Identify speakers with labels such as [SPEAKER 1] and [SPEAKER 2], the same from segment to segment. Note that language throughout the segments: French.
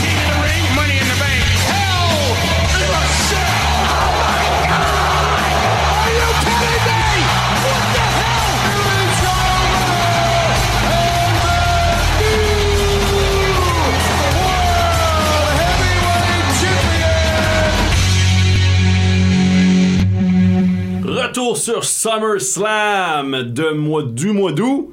[SPEAKER 1] King in the ring, money in the bank. Hell in a cell. Are you kidding me? What the hell?
[SPEAKER 2] Retour sur SummerSlam de mois, du mois d'août.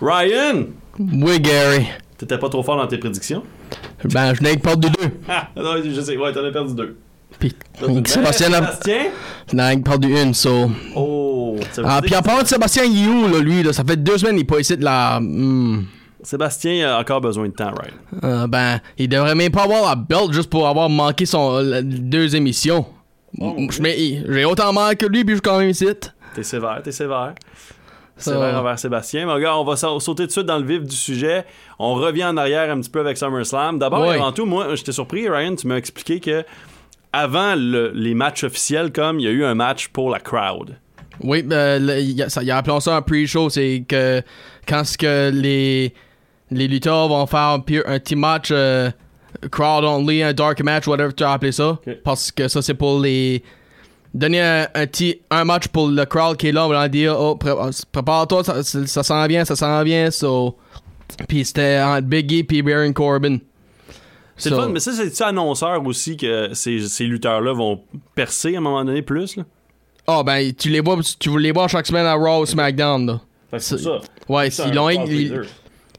[SPEAKER 2] Ryan,
[SPEAKER 3] Oui, Gary.
[SPEAKER 2] t'étais pas trop fort dans tes prédictions?
[SPEAKER 3] Ben, je n'ai que porte de deux.
[SPEAKER 2] Ah, non, je sais, ouais, t'en as perdu deux.
[SPEAKER 3] Puis,
[SPEAKER 2] Ben,
[SPEAKER 3] Sébastien n'a
[SPEAKER 2] Sébastien?
[SPEAKER 3] n'a que porte de une, so.
[SPEAKER 2] Oh! ça veut
[SPEAKER 3] Ah,
[SPEAKER 2] dire
[SPEAKER 3] puis en
[SPEAKER 2] que
[SPEAKER 3] parlant de Sébastien, il est où, là, lui, là? Ça fait deux semaines, il n'est pas ici de la. hmm.
[SPEAKER 2] Sébastien a encore besoin de temps, Ryan.
[SPEAKER 3] Euh, ben, il devrait même pas avoir la belt juste pour avoir manqué son euh, la- deux émissions. M- je- mais il- J'ai autant mal que lui, puis je suis quand même ici.
[SPEAKER 2] T'es sévère, t'es sévère.
[SPEAKER 3] Ça-
[SPEAKER 2] Sévère envers Sébastien. Mais regarde, on va sa- sauter tout de suite dans le vif du sujet. On revient en arrière un petit peu avec SummerSlam. D'abord et
[SPEAKER 3] Ouais.
[SPEAKER 2] avant tout, moi, j'étais surpris, Ryan, tu m'as expliqué que avant le- les matchs officiels, comme, il y a eu un match pour la crowd.
[SPEAKER 3] Oui, ben, le- il y a, ça- il y a appelé ça un pre-show, c'est que quand ce que les, les lutteurs vont faire un, pure- un petit match euh, crowd only, un dark match, whatever tu as appelé ça, parce que ça c'est pour les donner un, un petit un match pour le crowd qui est là, on va leur dire oh pré- oh, prépare-toi, ça, ça, ça s'en vient, ça s'en vient, so puis c'était entre Biggie puis Baron Corbin.
[SPEAKER 2] C'est
[SPEAKER 3] So-
[SPEAKER 2] le fun, mais ça, c'est annonceur aussi que ces, ces lutteurs-là vont percer à un moment donné plus. Là.
[SPEAKER 3] Ah ben tu les vois tu les vois chaque semaine à Raw ou SmackDown là.
[SPEAKER 2] c'est
[SPEAKER 3] C'est-
[SPEAKER 2] ça.
[SPEAKER 3] Ouais,
[SPEAKER 2] C'est
[SPEAKER 3] ils
[SPEAKER 2] un
[SPEAKER 3] l'ont
[SPEAKER 2] crowd
[SPEAKER 3] ils-
[SPEAKER 2] pleaser.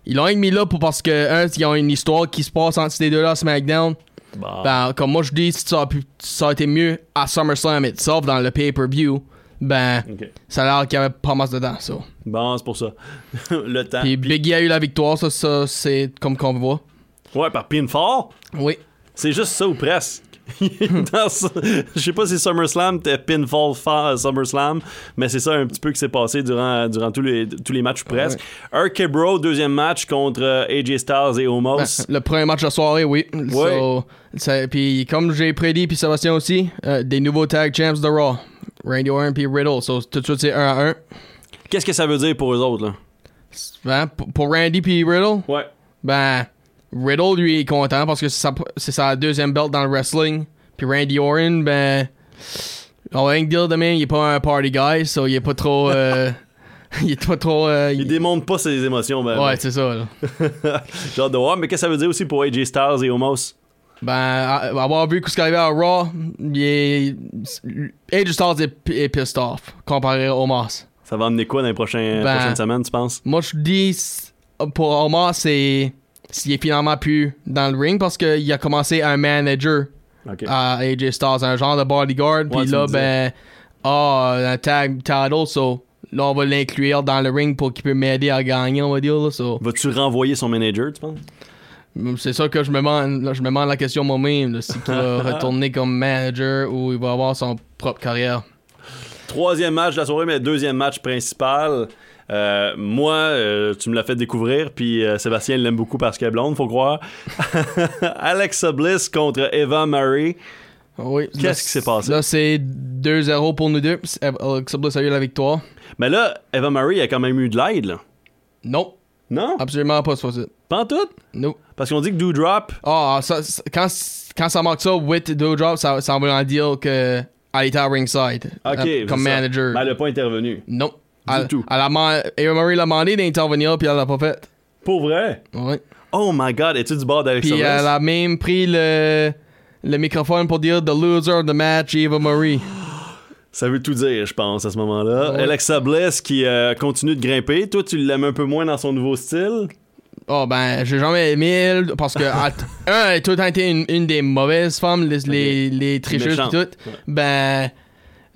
[SPEAKER 3] Ils l'ont mis là pour parce que, un, ils ont une histoire qui se passe entre ces deux-là à SmackDown.
[SPEAKER 2] Bon.
[SPEAKER 3] Ben, comme moi je dis, si ça a, pu- ça a été mieux à SummerSlam itself dans le pay-per-view, ben,
[SPEAKER 2] Ok.
[SPEAKER 3] ça a l'air qu'il y avait pas mal dedans, ça.
[SPEAKER 2] Bon, c'est pour ça. le temps.
[SPEAKER 3] Puis Biggie a eu la victoire, ça, ça c'est comme qu'on voit.
[SPEAKER 2] Ouais, par pinfall.
[SPEAKER 3] Oui.
[SPEAKER 2] C'est juste ça ou presque. Dans ce- Je sais pas si SummerSlam était pinfall fa- SummerSlam, mais c'est ça un petit peu qui s'est passé durant, durant tous, les, tous les matchs ou presque.
[SPEAKER 3] Ah
[SPEAKER 2] RK Bro, deuxième match contre euh, AJ Styles et Omos.
[SPEAKER 3] Ben, le premier match de la soirée, oui. So, ça- puis comme j'ai prédit, puis Sébastien aussi, euh, des nouveaux tag champs de Raw. Randy Orton puis Riddle, so tout de suite c'est 1 à 1.
[SPEAKER 2] Qu'est-ce que ça veut dire pour eux autres, là?
[SPEAKER 3] Ben, pour- pour Randy puis Riddle,
[SPEAKER 2] Ouais.
[SPEAKER 3] Ben, Riddle, lui, est content parce que c'est sa, c'est sa deuxième belt dans le wrestling. Puis Randy Orton, ben. On va rien que dire demain, il est pas un party guy, so il est pas trop. euh, il est pas trop. euh,
[SPEAKER 2] Ils
[SPEAKER 3] il-
[SPEAKER 2] démontrent pas ses émotions, ben.
[SPEAKER 3] Ouais, c'est ça, là.
[SPEAKER 2] J'ai hâte de voir, mais qu'est-ce que ça veut dire aussi pour AJ Styles et Omos?
[SPEAKER 3] Ben, à- avoir vu ce qu'il avait à Raw, il est. AJ Styles est, p- est pissed off comparé à Omos.
[SPEAKER 2] Ça va amener quoi dans les prochains,
[SPEAKER 3] Ben-
[SPEAKER 2] prochaines semaines, tu penses?
[SPEAKER 3] Moi, je dis s- pour Omos, c'est. S'il est finalement plus dans le ring parce qu'il a commencé un manager
[SPEAKER 2] Ok.
[SPEAKER 3] à AJ Styles, un genre de bodyguard.
[SPEAKER 2] Ouais,
[SPEAKER 3] Puis
[SPEAKER 2] tu me
[SPEAKER 3] là,
[SPEAKER 2] disais.
[SPEAKER 3] ben, ah, un tag title, so là, on va l'inclure dans le ring pour qu'il peut m'aider à gagner, on va dire. Là, so.
[SPEAKER 2] Vas-tu renvoyer son manager, tu penses?
[SPEAKER 3] C'est ça que je me demande, là, je me demande la question moi-même, là, si qu'il va retourner comme manager ou il va avoir son propre carrière.
[SPEAKER 2] Troisième match de la soirée, mais deuxième match principal. Euh, moi, euh, tu me l'as fait découvrir, puis euh, Sébastien l'aime beaucoup parce qu'elle est blonde, faut croire. Alexa Bliss contre Eva Marie.
[SPEAKER 3] Oui.
[SPEAKER 2] Qu'est-ce
[SPEAKER 3] Là,
[SPEAKER 2] qui s'est passé?
[SPEAKER 3] Là, c'est 2-0 pour nous deux. C'est- Alexa Bliss a eu la victoire.
[SPEAKER 2] Mais là, Eva Marie a quand même eu de l'aide, là.
[SPEAKER 3] Non,
[SPEAKER 2] Non?
[SPEAKER 3] absolument pas, c'est possible.
[SPEAKER 2] Pas en tout?
[SPEAKER 3] Non.
[SPEAKER 2] Parce qu'on dit que Doudrop,
[SPEAKER 3] Ah, ça, ça- quand, quand ça marque ça, with the drop, ça, ça veut en dire que elle était à ringside.
[SPEAKER 2] ok,
[SPEAKER 3] euh, comme
[SPEAKER 2] c'est ça.
[SPEAKER 3] manager.
[SPEAKER 2] Mais elle n'a pas intervenu.
[SPEAKER 3] Non.
[SPEAKER 2] Du
[SPEAKER 3] elle,
[SPEAKER 2] tout.
[SPEAKER 3] Elle a, man- Eva Marie l'a demandé d'intervenir, puis elle l'a pas fait.
[SPEAKER 2] Pour vrai?
[SPEAKER 3] Ouais.
[SPEAKER 2] Oh my god, es-tu du bord d'Alexa
[SPEAKER 3] Puis euh,
[SPEAKER 2] Bliss?
[SPEAKER 3] elle a même pris le, le microphone pour dire The loser of the match, Eva Marie.
[SPEAKER 2] Ça veut tout dire, je pense, à ce moment-là.
[SPEAKER 3] Ah Ouais.
[SPEAKER 2] Alexa Bliss qui euh, continue de grimper. Toi, tu l'aimes un peu moins dans son nouveau style.
[SPEAKER 3] Oh, ben, j'ai jamais aimé elle, parce que, elle, un, elle a tout le temps été une, une des mauvaises femmes, les, les, les tricheuses,
[SPEAKER 2] Méchante.
[SPEAKER 3] pis tout. Ben,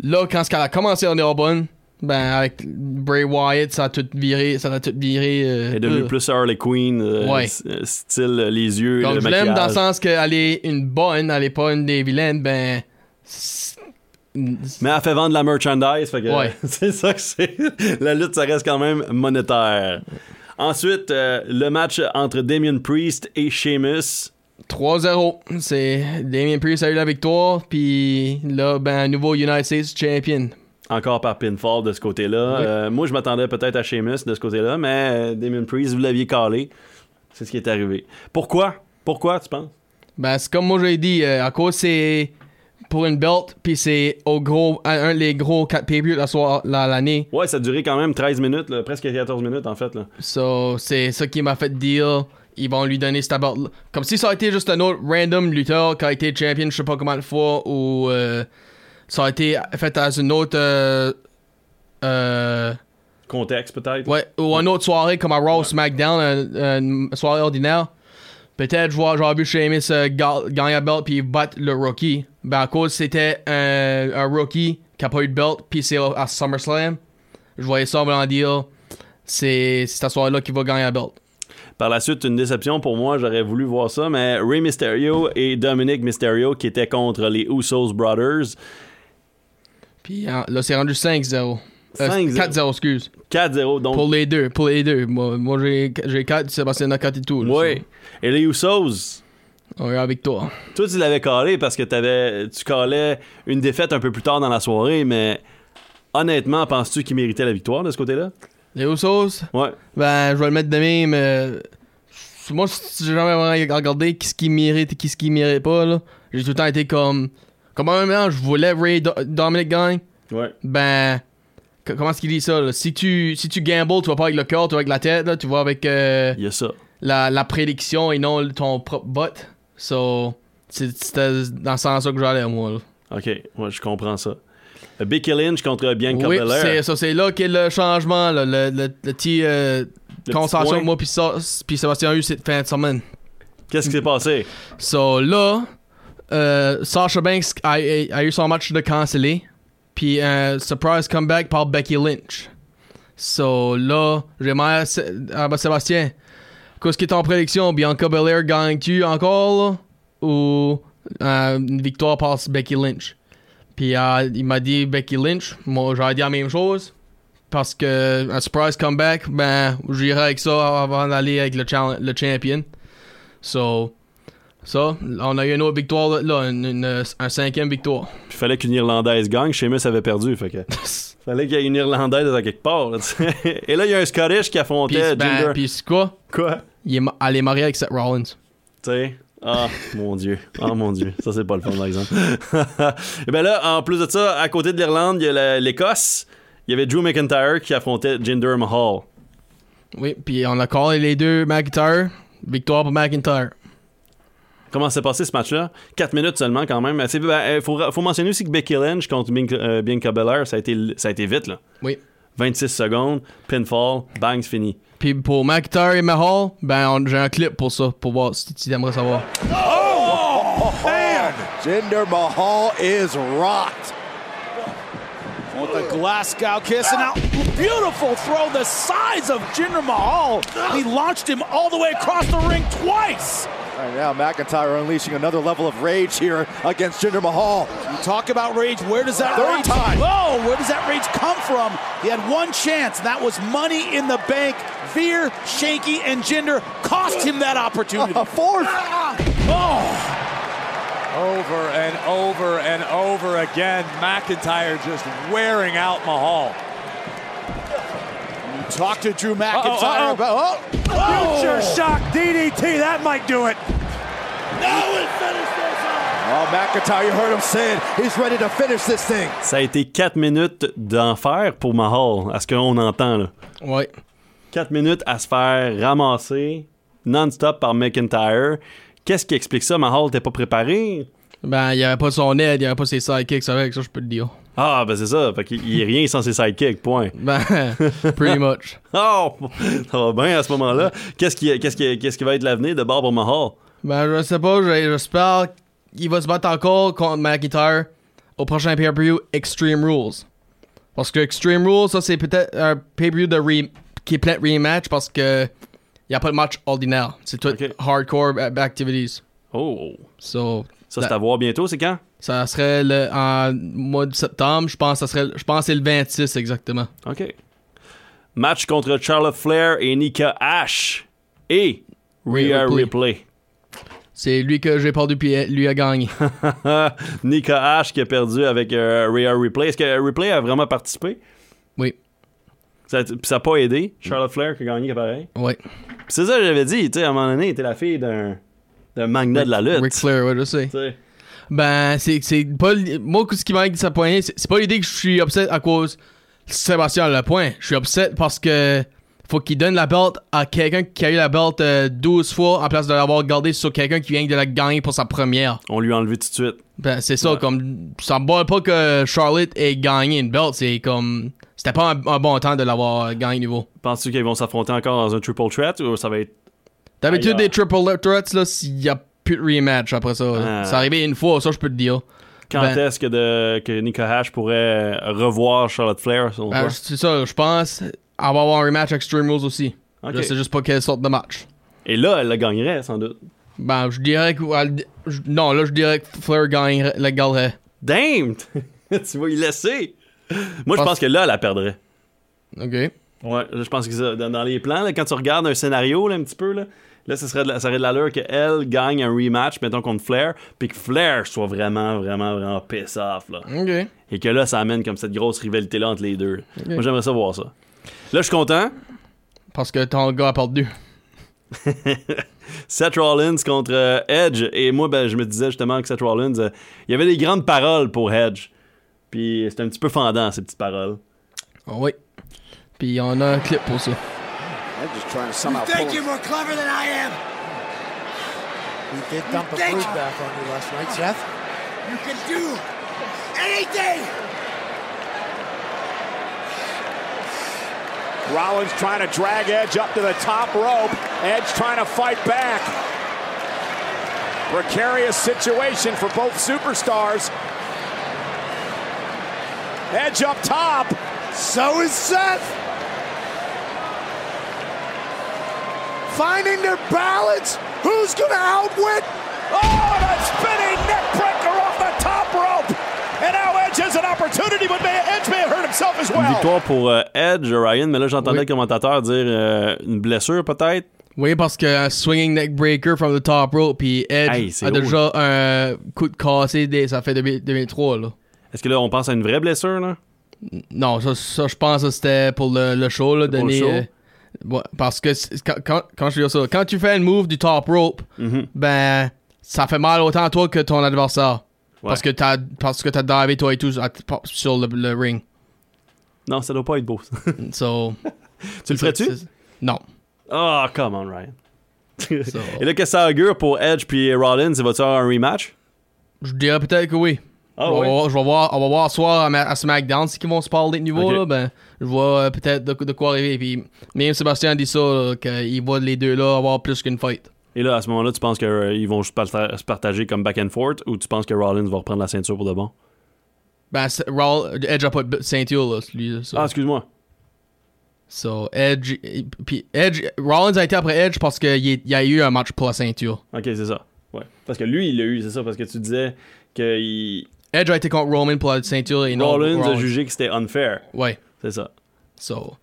[SPEAKER 3] là, quand elle a commencé en Urban, ben, avec Bray Wyatt, ça a tout viré. Ça a tout viré. euh,
[SPEAKER 2] Elle est devenue
[SPEAKER 3] euh.
[SPEAKER 2] plus Harley Quinn, euh,
[SPEAKER 3] Ouais.
[SPEAKER 2] s- euh, style euh, les yeux,
[SPEAKER 3] Comme
[SPEAKER 2] le
[SPEAKER 3] je
[SPEAKER 2] maquillage.
[SPEAKER 3] l'aime dans le sens qu'elle est une bonne, elle est pas une des vilaines, ben. c'est-
[SPEAKER 2] Mais elle fait vendre la merchandise, fait que
[SPEAKER 3] Ouais.
[SPEAKER 2] c'est ça que c'est. La lutte, ça reste quand même monétaire. Ensuite, euh, le match entre Damien Priest et Sheamus.
[SPEAKER 3] 3-0. C'est Damien Priest a eu la victoire. Puis là, ben, nouveau United States champion.
[SPEAKER 2] Encore par pinfall de ce côté-là.
[SPEAKER 3] Oui.
[SPEAKER 2] Euh, moi, je m'attendais peut-être à Sheamus de ce côté-là, mais euh, Damien Priest, vous l'aviez calé. C'est ce qui est arrivé. Pourquoi? Pourquoi, tu penses?
[SPEAKER 3] Ben, c'est comme moi j'ai dit, euh, à cause c'est pour une belt, puis c'est au gros, un, un des gros 4 pay-per-view de la soir- la- l'année.
[SPEAKER 2] Ouais, ça a duré quand même 13 minutes, là, presque 14 minutes, en fait. Là.
[SPEAKER 3] So, c'est ça qui m'a fait dire, ils vont lui donner cette belt Comme si ça a été juste un autre random lutteur qui a été champion, je sais pas combien de fois, ou euh, ça a été fait dans une autre. euh, euh,
[SPEAKER 2] Contexte, peut-être.
[SPEAKER 3] Ouais, ou une autre soirée comme à Raw ou SmackDown, un- une, soirée ordinaire. Peut-être, je vois, j'aurais vu Sheamus euh, ga- gagner la belt puis battre le rookie. Ben, à cause c'était un, un rookie qui a pas eu de belt puis c'est au- à SummerSlam. Je voyais ça en dire, c'est c'est cette soirée-là qui va gagner la belt.
[SPEAKER 2] Par la suite, une déception pour moi, j'aurais voulu voir ça, mais Ray Mysterio et Dominic Mysterio qui étaient contre les Usos Brothers.
[SPEAKER 3] Puis hein, là, c'est rendu 5-0. Euh,
[SPEAKER 2] 5-0.
[SPEAKER 3] 4-0, excuse.
[SPEAKER 2] 4-0, donc.
[SPEAKER 3] Pour les deux, pour les deux. Moi, moi j'ai j'ai 4, Sébastien a 4 et tout. là,
[SPEAKER 2] Ouais. Et les Usos,
[SPEAKER 3] so, On est avec toi.
[SPEAKER 2] toi, tu l'avais calé parce que t'avais, tu calais une défaite un peu plus tard dans la soirée, mais honnêtement, penses-tu qu'ils méritaient la victoire de ce côté-là?
[SPEAKER 3] Les Usos,
[SPEAKER 2] Ouais.
[SPEAKER 3] Ben, je vais le mettre de même. euh, moi, j'ai jamais vraiment regardé qui ce qui mérite et qui ce qui mérite pas. là. J'ai tout le temps été comme. Comme en même temps, je voulais Ray Do- Dominic gagne.
[SPEAKER 2] Ouais.
[SPEAKER 3] Ben, c- comment est-ce qu'il dit ça là? Si tu si tu gambles, tu vas pas avec le cœur, tu vas avec la tête, là, tu vas avec euh,
[SPEAKER 2] Il y a ça.
[SPEAKER 3] la, la prédiction et non ton propre bot. So, c'est- c'était dans ce sens-là que j'allais moi. là.
[SPEAKER 2] Ok, ouais, je comprends ça. Euh, Becky Lynch contre Bianca
[SPEAKER 3] Oui,
[SPEAKER 2] Belair.
[SPEAKER 3] c'est ça, c'est là qu'est le changement, là, le, le, le petit euh,
[SPEAKER 2] petit
[SPEAKER 3] consensus
[SPEAKER 2] point.
[SPEAKER 3] que moi puis ça- puis Sébastien a eu cette fin de semaine.
[SPEAKER 2] Qu'est-ce qui s'est passé?
[SPEAKER 3] So là, euh, Sasha Banks a, a- a eu son match de cancellé. Puis un surprise comeback par Becky Lynch. So là, j'aimerais. à Sé- Ah bah Sébastien, qu'est-ce qui est en prédiction Bianca Belair gagne-tu encore là? Ou euh, une victoire par Becky Lynch Puis euh, il m'a dit Becky Lynch. Moi, j'aurais dit la même chose. Parce que un surprise comeback, ben, j'irai avec ça avant d'aller avec le, challenge- le champion. So, ça, on a eu une autre victoire, là, là, une, une- un cinquième victoire.
[SPEAKER 2] Il fallait qu'une Irlandaise gagne. Sheamus avait perdu. Fait que... fallait qu'il y ait une Irlandaise à quelque part. là, tu sais. Et là, il y a un Scottish qui
[SPEAKER 3] Puis
[SPEAKER 2] affrontait
[SPEAKER 3] ben,
[SPEAKER 2] Jinder.
[SPEAKER 3] puis c'est quoi?
[SPEAKER 2] Quoi?
[SPEAKER 3] Il est, ma- elle est mariée avec Seth Rollins.
[SPEAKER 2] Tu sais? Ah, mon Dieu. Ah, mon Dieu. Ça, c'est pas le fun, par exemple. Et bien là, en plus de ça, à côté de l'Irlande, il y a la- l'Écosse. Il y avait Drew McIntyre qui affrontait Jinder Mahal.
[SPEAKER 3] Oui, puis on a callé les deux McIntyre. Victoire pour McIntyre.
[SPEAKER 2] Comment s'est passé ce match-là? 4 minutes seulement, quand même. Il euh, faut, faut mentionner aussi que Becky Lynch contre Bianca, euh, Bianca Belair, ça a été, ça a été vite, là.
[SPEAKER 3] Oui.
[SPEAKER 2] 26 secondes, pinfall, bang, c'est fini.
[SPEAKER 3] Puis pour McIntyre et Mahal, ben on- j'ai un clip pour ça, pour voir si tu aimerais savoir.
[SPEAKER 4] Jinder Mahal is rocked.
[SPEAKER 5] With a Glasgow kiss and now beautiful throw the size of Jinder Mahal. He launched him all the way across the ring twice.
[SPEAKER 4] Right now, McIntyre unleashing another level of rage here against Jinder Mahal.
[SPEAKER 5] You talk about rage. Where does that
[SPEAKER 4] Third
[SPEAKER 5] rage?
[SPEAKER 4] time.
[SPEAKER 5] Whoa! Where does that rage come from? He had one chance, and that was Money in the Bank. Veer, Shanky, and Jinder cost him that opportunity.
[SPEAKER 4] A fourth.
[SPEAKER 5] oh!
[SPEAKER 6] Ah! Over and over and over again, McIntyre just wearing out Mahal.
[SPEAKER 5] Talk to Drew McIntyre
[SPEAKER 6] Uh-oh, uh-oh.
[SPEAKER 5] about. Oh!
[SPEAKER 6] Future shock DDT, that might do it.
[SPEAKER 4] Oh, McIntyre, you heard him saying he's ready to finish this thing.
[SPEAKER 2] Ça a été 4 minutes d'enfer pour Mahal, à ce qu'on entend, là.
[SPEAKER 3] Ouais.
[SPEAKER 2] 4 minutes à se faire ramasser non-stop par McIntyre. Qu'est-ce qui explique ça? Mahal, t'es pas préparé?
[SPEAKER 3] Ben, il y avait pas son aide, il y avait pas ses sidekicks avec, ça je peux te dire.
[SPEAKER 2] Ah, ben c'est ça. Fait qu'il il est rien sans ses sidekicks, point.
[SPEAKER 3] Ben, pretty much.
[SPEAKER 2] Oh! Ça va bien à ce moment-là. Qu'est-ce qui, qu'est-ce qui, qu'est-ce qui va être l'avenir de bord pour Mahal?
[SPEAKER 3] Ben, je sais pas, j'ai- j'espère qu'il va se battre encore contre McIntyre au prochain pay-per-view Extreme Rules. Parce que Extreme Rules, ça, c'est peut-être un pay-per-view de re- qui est plein de rematch parce que y a pas de match ordinaire. C'est tout
[SPEAKER 2] Ok.
[SPEAKER 3] hardcore a- activities.
[SPEAKER 2] Oh!
[SPEAKER 3] So,
[SPEAKER 2] Ça, c'est à voir bientôt, c'est quand?
[SPEAKER 3] ça serait le en mois de septembre, je pense, que ça serait, je pense que c'est le 26 exactement.
[SPEAKER 2] OK. Match contre Charlotte Flair et Nika Ash et Rhea
[SPEAKER 3] Ripley.
[SPEAKER 2] Riplay.
[SPEAKER 3] C'est lui que j'ai perdu puis elle- lui a gagné.
[SPEAKER 2] Nika Ash qui a perdu avec euh, Rhea Ripley. Est-ce que Ripley a vraiment participé?
[SPEAKER 3] Oui.
[SPEAKER 2] Ça puis ça a pas aidé. Charlotte Flair qui a gagné pareil.
[SPEAKER 3] Ouais.
[SPEAKER 2] Puis c'est ça que j'avais dit, tu sais, à un moment donné, était la fille d'un d'un magnet de la lutte.
[SPEAKER 3] Ric Flair, ouais, je sais.
[SPEAKER 2] Tu sais.
[SPEAKER 3] Ben, c'est, c'est pas. l- Moi, ce qui m'a disappointé, c'est, c'est pas l'idée que je suis upset à cause Sébastien Lapointe. Je suis upset parce que faut qu'il donne la belt à quelqu'un qui a eu la belt euh, 12 fois en place de l'avoir gardée sur quelqu'un qui vient de la gagner pour sa première.
[SPEAKER 2] On lui a enlevé tout de suite.
[SPEAKER 3] Ben, c'est ça, comme. Ça me boit pas que Charlotte ait gagné une belt. C'est comme. C'était pas un, un bon temps de l'avoir gagné nouveau.
[SPEAKER 2] Penses-tu qu'ils vont s'affronter encore dans un triple threat ou ça va être.
[SPEAKER 3] D'habitude,
[SPEAKER 2] Ailleurs.
[SPEAKER 3] des triple threats, là, s'il y a plus de rematch après ça.
[SPEAKER 2] Ah.
[SPEAKER 3] C'est arrivé une fois, ça, je peux te dire.
[SPEAKER 2] Quand
[SPEAKER 3] Ben-
[SPEAKER 2] est-ce que, de, que Nika Ash pourrait revoir Charlotte Flair selon
[SPEAKER 3] Ben,
[SPEAKER 2] toi?
[SPEAKER 3] c'est ça, je pense. Elle va avoir un rematch avec Extreme Rules aussi.
[SPEAKER 2] Ok.
[SPEAKER 3] Je sais juste pas quelle sorte de match.
[SPEAKER 2] Et là, elle la gagnerait sans doute.
[SPEAKER 3] Ben, je dirais que. elle- je- non, là, je dirais que Flair gagnerait, la garderait.
[SPEAKER 2] Damn! tu vas y laisser! Moi, je
[SPEAKER 3] Pense-
[SPEAKER 2] pense que là, elle la perdrait.
[SPEAKER 3] Ok.
[SPEAKER 2] Ouais, là, je pense que ça- dans, dans les plans, là, quand tu regardes un scénario là, un petit peu, là, là ça, serait de la, ça aurait de l'allure qu'elle gagne un rematch, mettons, contre Flair, puis que Flair soit vraiment, vraiment, vraiment piss-off. là.
[SPEAKER 3] Ok.
[SPEAKER 2] Et que là, ça amène comme cette grosse rivalité-là entre les deux. Moi, j'aimerais ça voir ça. Là, je suis content.
[SPEAKER 3] Parce que ton gars a perdu.
[SPEAKER 2] Seth Rollins contre euh, Edge. Et moi, ben, je me disais justement que Seth Rollins, euh, il y avait des grandes paroles pour Edge. Puis c'était un petit peu fendant, ces petites paroles.
[SPEAKER 3] Ah oui. Puis on a un clip pour ça.
[SPEAKER 4] I'm just trying to somehow pull
[SPEAKER 7] Think you're more clever than I am.
[SPEAKER 4] We did dump a
[SPEAKER 7] Thank
[SPEAKER 4] boot
[SPEAKER 7] you.
[SPEAKER 4] back on you last night, Seth.
[SPEAKER 7] You can do anything.
[SPEAKER 6] Rollins trying to drag Edge up to the top rope. Edge trying to fight back. Precarious situation for both superstars. Edge up top.
[SPEAKER 4] So is Seth. Finding their balance. Who's going to outwit?
[SPEAKER 6] Oh, and a spinning neck breaker off the top rope. And now Edge has an opportunity, but may, Edge may have hurt himself as
[SPEAKER 4] Ah!
[SPEAKER 2] Une
[SPEAKER 6] well.
[SPEAKER 2] victoire pour euh, Edge, Ryan. Mais là, j'entendais le
[SPEAKER 3] Oui.
[SPEAKER 2] commentateur dire euh, une blessure, peut-être.
[SPEAKER 3] Oui, parce que un swinging neck breaker from the top rope, puis Edge
[SPEAKER 2] Hey, c'est
[SPEAKER 3] a
[SPEAKER 2] haut,
[SPEAKER 3] déjà un coup de cassé dès ça fait 2000- 2003, là.
[SPEAKER 2] Est-ce que là, on pense à une vraie blessure, là?
[SPEAKER 3] Non, ça, ça je pense que c'était pour le, le show. Là,
[SPEAKER 2] pour le
[SPEAKER 3] donné,
[SPEAKER 2] show?
[SPEAKER 3] euh, ouais, parce que c'est- quand, quand, quand je veux dire ça, quand tu fais une move du top rope,
[SPEAKER 2] Mm-hmm.
[SPEAKER 3] ben ça fait mal autant à toi que ton adversaire. Parce que t'as parce que t'as divé toi et tout à- sur le, le ring.
[SPEAKER 2] Non, ça doit pas être beau. ça.
[SPEAKER 3] So,
[SPEAKER 2] tu le ferais-tu?
[SPEAKER 3] Non.
[SPEAKER 2] Ah, come on, Ryan. Et là, qu'est-ce que ça augure pour Edge puis Rollins? Il va-tu avoir un rematch?
[SPEAKER 3] Je dirais peut-être que oui.
[SPEAKER 2] Ah
[SPEAKER 3] on,
[SPEAKER 2] oui?
[SPEAKER 3] va voir, je vais voir, on va voir ce soir à, Ma- à SmackDown si qu'ils vont se parler de nouveau.
[SPEAKER 2] Ok.
[SPEAKER 3] Là, ben, je vois euh, peut-être de, de quoi arriver. Puis, même Sébastien dit ça, là, qu'il voit les deux là avoir plus qu'une fight.
[SPEAKER 2] Et là, à ce moment-là, tu penses qu'ils vont juste parta- se partager comme back and forth ou tu penses que Rollins va reprendre la ceinture pour de bon?
[SPEAKER 3] Ben, c'est- Raw, Edge a pas de ceinture, là, lui. là, ça.
[SPEAKER 2] Ah, excuse-moi.
[SPEAKER 3] So, Edge, et- puis Edge, Rollins a été après Edge parce qu'il y a eu un match pour la ceinture.
[SPEAKER 2] Ok, c'est ça. Ouais. Parce que lui, il l'a eu, c'est ça, parce que tu disais que il-
[SPEAKER 3] Edge a été contre Roman pour la ceinture et non
[SPEAKER 2] Rollins, a
[SPEAKER 3] Oh, Rollins.
[SPEAKER 2] jugé que c'était unfair.
[SPEAKER 3] Ouais,
[SPEAKER 2] C'est ça.
[SPEAKER 3] so.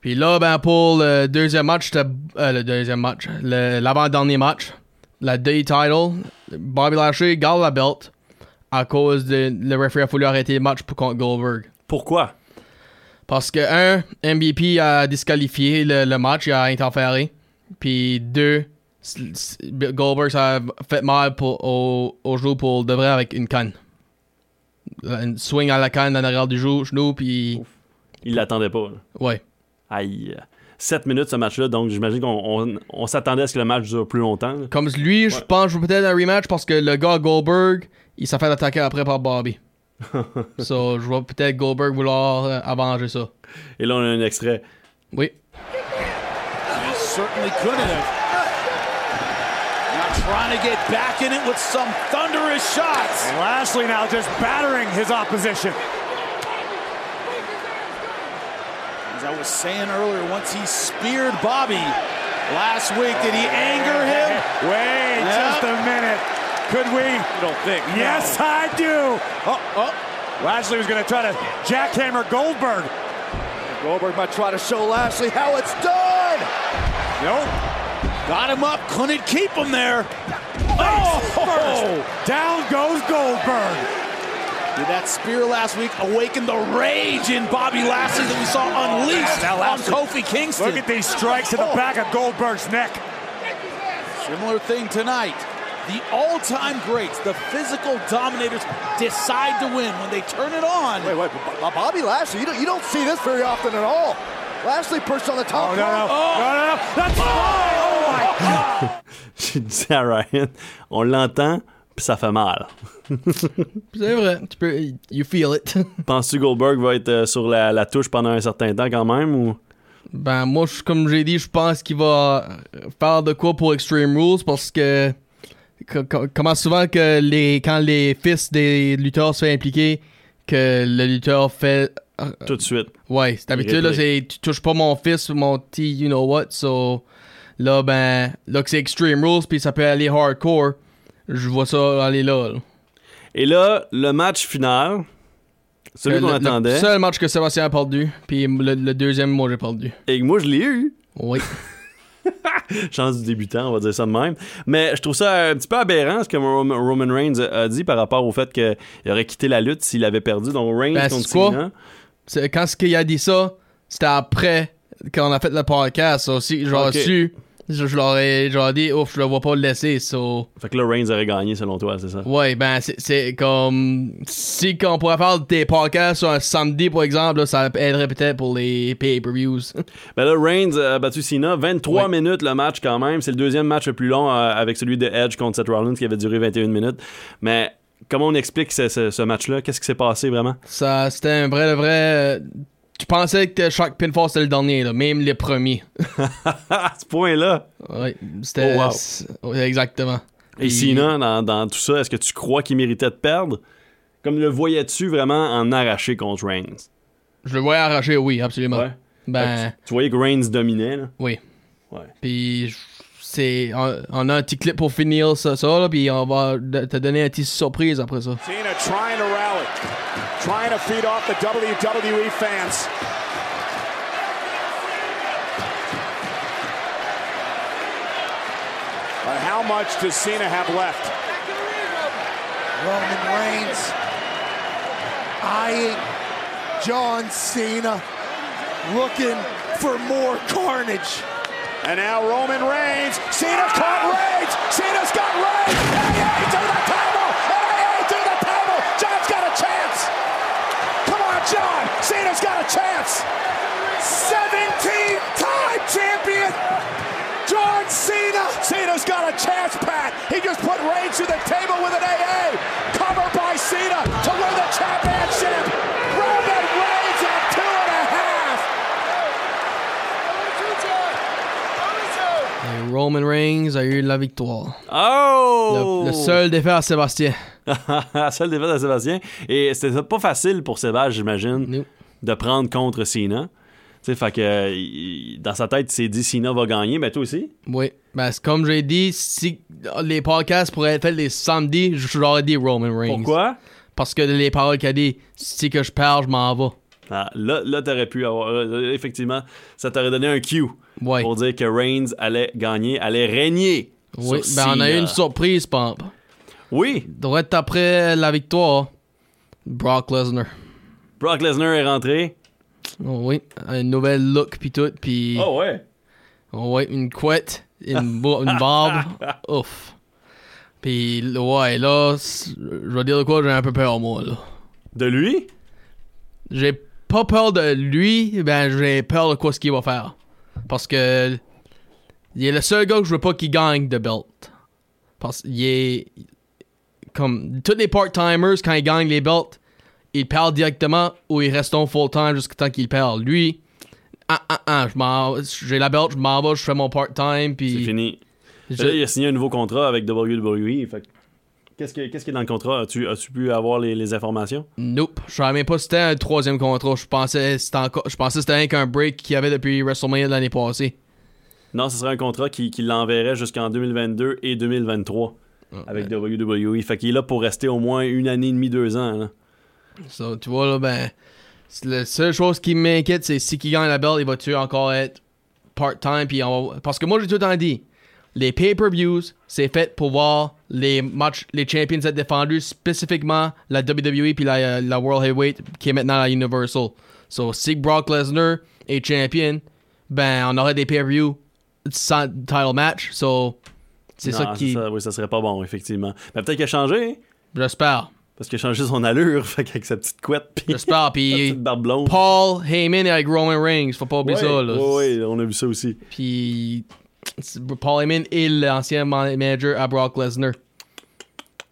[SPEAKER 3] Puis là, ben, pour le deuxième match, c'était- euh, le deuxième match, le- l'avant-dernier match, la day title, Bobby Lashley garde la belt à cause de le referee a voulu arrêter le match pour contre Goldberg.
[SPEAKER 2] Pourquoi?
[SPEAKER 3] Parce que, un, MVP a disqualifié le, le match, il a interféré. Puis, deux, s- s- Goldberg, ça a fait mal pour, au, au genou pour de vrai avec une canne. La- Une swing à la canne en arrière du genou, genou, puis.
[SPEAKER 2] Il l'attendait pas. là.
[SPEAKER 3] Ouais.
[SPEAKER 2] Aïe. 7 minutes ce match-là, donc j'imagine qu'on on- on s'attendait à ce que le match dure plus longtemps. là.
[SPEAKER 3] Comme lui, je pense que peut-être un rematch parce que le gars Goldberg, il s'est fait attaquer après par Bobby. so, je vois peut-être Goldberg vouloir euh, avenger ça.
[SPEAKER 2] Et là, on a un extrait.
[SPEAKER 3] Oui.
[SPEAKER 5] He certainly couldn't have. Now trying to get back in it with some thunderous shots.
[SPEAKER 6] Lashley now just battering his opposition.
[SPEAKER 5] As I was saying earlier, once he speared Bobby last week, did he anger him?
[SPEAKER 6] Wait
[SPEAKER 5] Yep.
[SPEAKER 6] just a minute. Could we?
[SPEAKER 5] I don't think.
[SPEAKER 6] Yes, I do. Oh, oh. Lashley was going to try to jackhammer Goldberg.
[SPEAKER 4] Goldberg might try to show Lashley how it's done.
[SPEAKER 5] Nope. Got him up, couldn't keep him there. Oh!
[SPEAKER 6] Down goes Goldberg.
[SPEAKER 5] Did that spear last week awaken the rage in Bobby Lashley that we saw unleashed
[SPEAKER 6] Now
[SPEAKER 5] on
[SPEAKER 6] Lashley-
[SPEAKER 5] Kofi Kingston? Oh.
[SPEAKER 6] Look at these strikes to
[SPEAKER 4] Oh.
[SPEAKER 6] the back of Goldberg's neck.
[SPEAKER 5] Similar thing tonight. The all-time greats, the physical dominators, decide to win when they turn it on.
[SPEAKER 4] Wait, wait, but Bo- Bobby Lashley, you don't, you don't see this very often at all. Lashley perched on the top
[SPEAKER 6] Oh, no, no. No, no, no. That's oh, oh my.
[SPEAKER 2] J'ai dit à Ryan, on l'entend, puis ça fait mal.
[SPEAKER 3] C'est vrai. Tu peux, you feel it.
[SPEAKER 2] Penses-tu Goldberg va être euh, sur la, la touche pendant un certain temps quand même ou
[SPEAKER 3] ben, moi, je- comme j'ai dit, je pense qu'il va euh, faire de quoi pour Extreme Rules parce que. co- co- Comment souvent que les quand les fils des lutteurs se fait impliquer, que le lutteur fait euh,
[SPEAKER 2] tout de suite?
[SPEAKER 3] Ouais, c'est d'habitude, là, c'est tu touches pas mon fils, mon petit, you know what. So, là, ben, là, que c'est Extreme Rules, puis ça peut aller hardcore. Je vois ça aller là. là.
[SPEAKER 2] Et là, le match final, celui
[SPEAKER 3] Le-
[SPEAKER 2] qu'on
[SPEAKER 3] le-
[SPEAKER 2] attendait,
[SPEAKER 3] Le seul match que Sébastien a perdu, puis le, le deuxième, moi, j'ai perdu.
[SPEAKER 2] et que moi je l'ai eu,
[SPEAKER 3] Oui.
[SPEAKER 2] chance du débutant, on va dire ça de même. Mais je trouve ça un petit peu aberrant ce que Rom- Roman Reigns a dit par rapport au fait qu'il aurait quitté la lutte s'il avait perdu. Donc Reigns
[SPEAKER 3] Ben,
[SPEAKER 2] contre
[SPEAKER 3] c'est quoi?
[SPEAKER 2] Cena.
[SPEAKER 3] C'est- quand ce qu'il a dit ça, c'était après qu'on a fait le podcast. So, si j'aurais
[SPEAKER 2] Ok.
[SPEAKER 3] su, je, je l'aurais j'aurais dit, ouf, je le vois pas le laisser. So,
[SPEAKER 2] Fait que là, Reigns aurait gagné selon toi, c'est ça?
[SPEAKER 3] ouais, ben, c'est- c'est comme. Si qu'on pourrait faire des podcasts sur un samedi, par exemple, là, ça aiderait peut-être pour les pay-per-views.
[SPEAKER 2] Ben là, Reigns a battu Cena. 23
[SPEAKER 3] Ouais.
[SPEAKER 2] minutes le match quand même. C'est le deuxième match le plus long euh, avec celui de Edge contre Seth Rollins qui avait duré 21 minutes. Mais comment on explique ce, ce- ce match-là? Qu'est-ce qui s'est passé vraiment?
[SPEAKER 3] Ça, c'était un vrai, le vrai. euh, Tu pensais que chaque pinfall c'était le dernier, là, même les premiers.
[SPEAKER 2] à ce point-là!
[SPEAKER 3] Ouais, c'était.
[SPEAKER 2] Oh, wow.
[SPEAKER 3] c'est- ouais, exactement.
[SPEAKER 2] Et
[SPEAKER 3] Puis-
[SPEAKER 2] Cena, dans, dans tout ça, est-ce que tu crois qu'il méritait de perdre? Comme le voyais-tu vraiment en arraché contre Reigns?
[SPEAKER 3] Je le voyais arracher, oui, absolument.
[SPEAKER 2] Ouais. Fait
[SPEAKER 3] Ben,
[SPEAKER 2] que Tu, tu voyais que Reigns dominait, là?
[SPEAKER 3] oui.
[SPEAKER 2] Ouais.
[SPEAKER 3] Puis, je- c'est. On, on a un petit clip pour finir ça, ça là, puis on va de- te donner une petite surprise après ça.
[SPEAKER 6] Cena trying to rally, trying to feed off the WWE fans. But how much does Cena have left?
[SPEAKER 4] Oh. Roman Reigns eyeing John Cena, looking for more carnage.
[SPEAKER 6] And now Roman Reigns. Cena's caught Reigns. Cena's got Reigns. AA to the table. AA to the table. John's got a chance. Come on, John. Cena's got a chance. 17 time champion. John Cena. Cena's got a chance, Pat. He just put Reigns to the table with an AA. Cover by Cena to win the championship. Roman Reigns at two and a half.
[SPEAKER 3] Et Euh, Roman Reigns a eu la victoire.
[SPEAKER 2] Oh!
[SPEAKER 3] Le, le seul défait à Sébastien.
[SPEAKER 2] seule défaite à Sébastien. Et c'était pas facile pour Sébastien, j'imagine,
[SPEAKER 3] Nope.
[SPEAKER 2] de prendre contre Cena. Tu sais, fait que euh, il- dans sa tête, il s'est dit Cena va gagner, mais toi aussi.
[SPEAKER 3] Oui. Ben, c'est comme j'ai dit, si les podcasts pourraient être faits les samedis, je je leur ai dit Roman Reigns.
[SPEAKER 2] Pourquoi?
[SPEAKER 3] Parce que les paroles qu'elle dit, si que je perds, je m'en vais.
[SPEAKER 2] Ah, là, là t'aurais pu avoir. là, là, effectivement, ça t'aurait donné un cue
[SPEAKER 3] Ouais.
[SPEAKER 2] pour dire que Reigns allait gagner, allait régner.
[SPEAKER 3] Oui,
[SPEAKER 2] sur
[SPEAKER 3] ben on a eu
[SPEAKER 2] Cena.
[SPEAKER 3] une surprise, Pomp.
[SPEAKER 2] Oui,
[SPEAKER 3] Direct après la victoire, Brock Lesnar.
[SPEAKER 2] Brock Lesnar est rentré.
[SPEAKER 3] Oh oui, un nouvel look puis tout, puis
[SPEAKER 2] Oh ouais.
[SPEAKER 3] oh oui, une couette, une, bo- une barbe, ouf. Puis ouais, là, c'est- je vais dire de quoi, j'ai un peu peur moi là.
[SPEAKER 2] De lui?
[SPEAKER 3] J'ai pas peur de lui, ben j'ai peur de quoi ce qu'il va faire. Parce que il est le seul gars que je veux pas qu'il gagne de belt. Parce qu'il est comme tous les part-timers quand ils gagnent les belts, ils perdent directement ou ils restent en full-time jusqu'à temps qu'ils perdent. Lui, ah ah ah, je m'en- j'ai la belt, je m'en vais, je fais mon part-time
[SPEAKER 2] C'est
[SPEAKER 3] puis
[SPEAKER 2] fini.
[SPEAKER 3] je-
[SPEAKER 2] Là, il a signé un nouveau contrat avec WWE. Fait que Qu'est-ce que- qu'est-ce qui est dans le contrat? As-tu as-tu pu avoir les- les informations?
[SPEAKER 3] nope, je savais même pas si c'était un troisième contrat. Je pensais que c'était encore, je pensais que c'était rien qu'un break qu'il y avait depuis WrestleMania de l'année passée.
[SPEAKER 2] Non, ce serait un contrat qui, qui l'enverrait jusqu'en 2022 et 2023 avec E. WWE. Fait qu'il est là pour rester au moins une année et demie, deux ans. là.
[SPEAKER 3] Ça, tu vois, là, ben, C'est La seule chose qui m'inquiète, c'est si qui gagne la belt, il va tu encore être part-time. Puis on va- Parce que moi, j'ai tout le temps dit, les pay-per-views, c'est fait pour voir les matchs, les champions être défendus, spécifiquement la WWE puis la, euh, la World Heavyweight qui est maintenant la Universal. So, si Brock Lesnar est champion, ben, on aurait des pay-per-views sans title match. So, c'est
[SPEAKER 2] Non,
[SPEAKER 3] ça qui.
[SPEAKER 2] Ah, ça, oui, ça serait pas bon, effectivement. Mais peut-être qu'il a changé, hein,
[SPEAKER 3] J'espère.
[SPEAKER 2] parce qu'il a changé son allure, fait qu'avec sa petite couette, puis sa
[SPEAKER 3] J'espère. Puis
[SPEAKER 2] petite barbe blonde.
[SPEAKER 3] Paul Heyman avec Roman Reigns, faut pas oublier ça. Là.
[SPEAKER 2] Oui, oui, on a vu ça aussi.
[SPEAKER 3] Puis c'est- Paul Heyman est l'ancien man- manager à Brock Lesnar.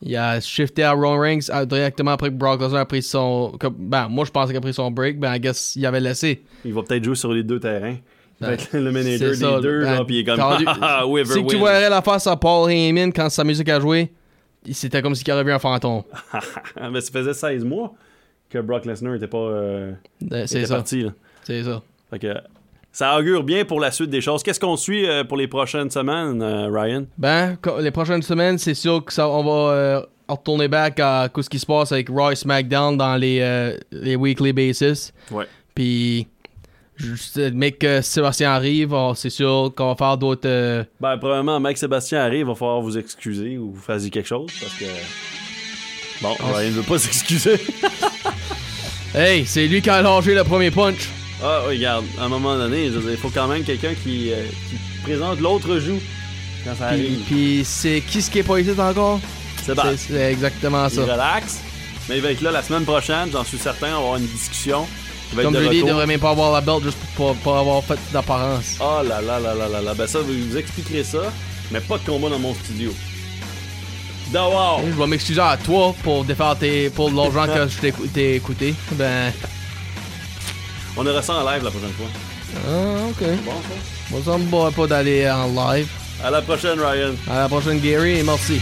[SPEAKER 3] Il a shifté à Roman Reigns euh, directement après que Brock Lesnar a pris son. comme- Ben, moi je pensais qu'il a pris son break, ben, I guess il avait laissé.
[SPEAKER 2] Il va peut-être jouer sur les deux terrains. Il va
[SPEAKER 3] Ben,
[SPEAKER 2] être le manager
[SPEAKER 3] C'est
[SPEAKER 2] des
[SPEAKER 3] ça,
[SPEAKER 2] deux,
[SPEAKER 3] ben,
[SPEAKER 2] là, puis il est comme
[SPEAKER 3] t'as entendu-
[SPEAKER 2] Ah, ah, Weaver
[SPEAKER 3] Si que tu
[SPEAKER 2] win.
[SPEAKER 3] voyais la face à Paul Heyman quand sa musique a joué, il- c'était comme si il avait vu un fantôme.
[SPEAKER 2] Ah, Mais ça faisait 16 mois que Brock Lesnar n'était pas euh,
[SPEAKER 3] Euh, C'est
[SPEAKER 2] était
[SPEAKER 3] ça.
[SPEAKER 2] parti. là.
[SPEAKER 3] C'est ça.
[SPEAKER 2] Fait que, ça augure bien pour la suite des choses. Qu'est-ce qu'on suit euh, pour les prochaines semaines, euh, Ryan?
[SPEAKER 3] Ben, co- les prochaines semaines, c'est sûr que ça, on va euh, retourner back à tout ce qui se passe avec Raw et SmackDown dans les, euh, les weekly basis.
[SPEAKER 2] Ouais.
[SPEAKER 3] Puis, juste, euh, mec, que Sébastien arrive, on- c'est sûr qu'on va faire d'autres. euh,
[SPEAKER 2] Ben, probablement, Mike Sébastien arrive, il va falloir vous excuser ou vous fassiez quelque chose parce que. Bon,
[SPEAKER 3] Ah.
[SPEAKER 2] Ryan ne veut pas s'excuser.
[SPEAKER 3] Hey, c'est lui qui a lâché le premier punch.
[SPEAKER 2] ah, oui, regarde, à un moment donné, je veux dire, il faut quand même quelqu'un qui, euh, qui présente l'autre joue quand ça
[SPEAKER 3] Puis,
[SPEAKER 2] arrive.
[SPEAKER 3] puis c'est qui ce qui est pas ici encore
[SPEAKER 2] C'est bon.
[SPEAKER 3] C'est- C'est exactement
[SPEAKER 2] Il
[SPEAKER 3] ça.
[SPEAKER 2] relaxe, mais il va être là la semaine prochaine, j'en suis certain, on va avoir une discussion. Il va
[SPEAKER 3] Comme
[SPEAKER 2] être de
[SPEAKER 3] Brady, il
[SPEAKER 2] retour.
[SPEAKER 3] devrait même pas avoir la belt juste pour pas- pas avoir fait d'apparence.
[SPEAKER 2] Oh là là là là là là, ben ça, vous vous expliquerez ça, mais pas de combat dans mon studio. Dehors!
[SPEAKER 3] Je vais m'excuser à toi pour défaire tes, pour l'argent que je t'ai écou- t'ai écouté. Ben,
[SPEAKER 2] On aura ça en live la prochaine fois.
[SPEAKER 3] ah, ok.
[SPEAKER 2] Bon, ça?
[SPEAKER 3] Moi, ça me bat pas d'aller en live.
[SPEAKER 2] À la prochaine, Ryan!
[SPEAKER 3] À la prochaine, Gary, et merci.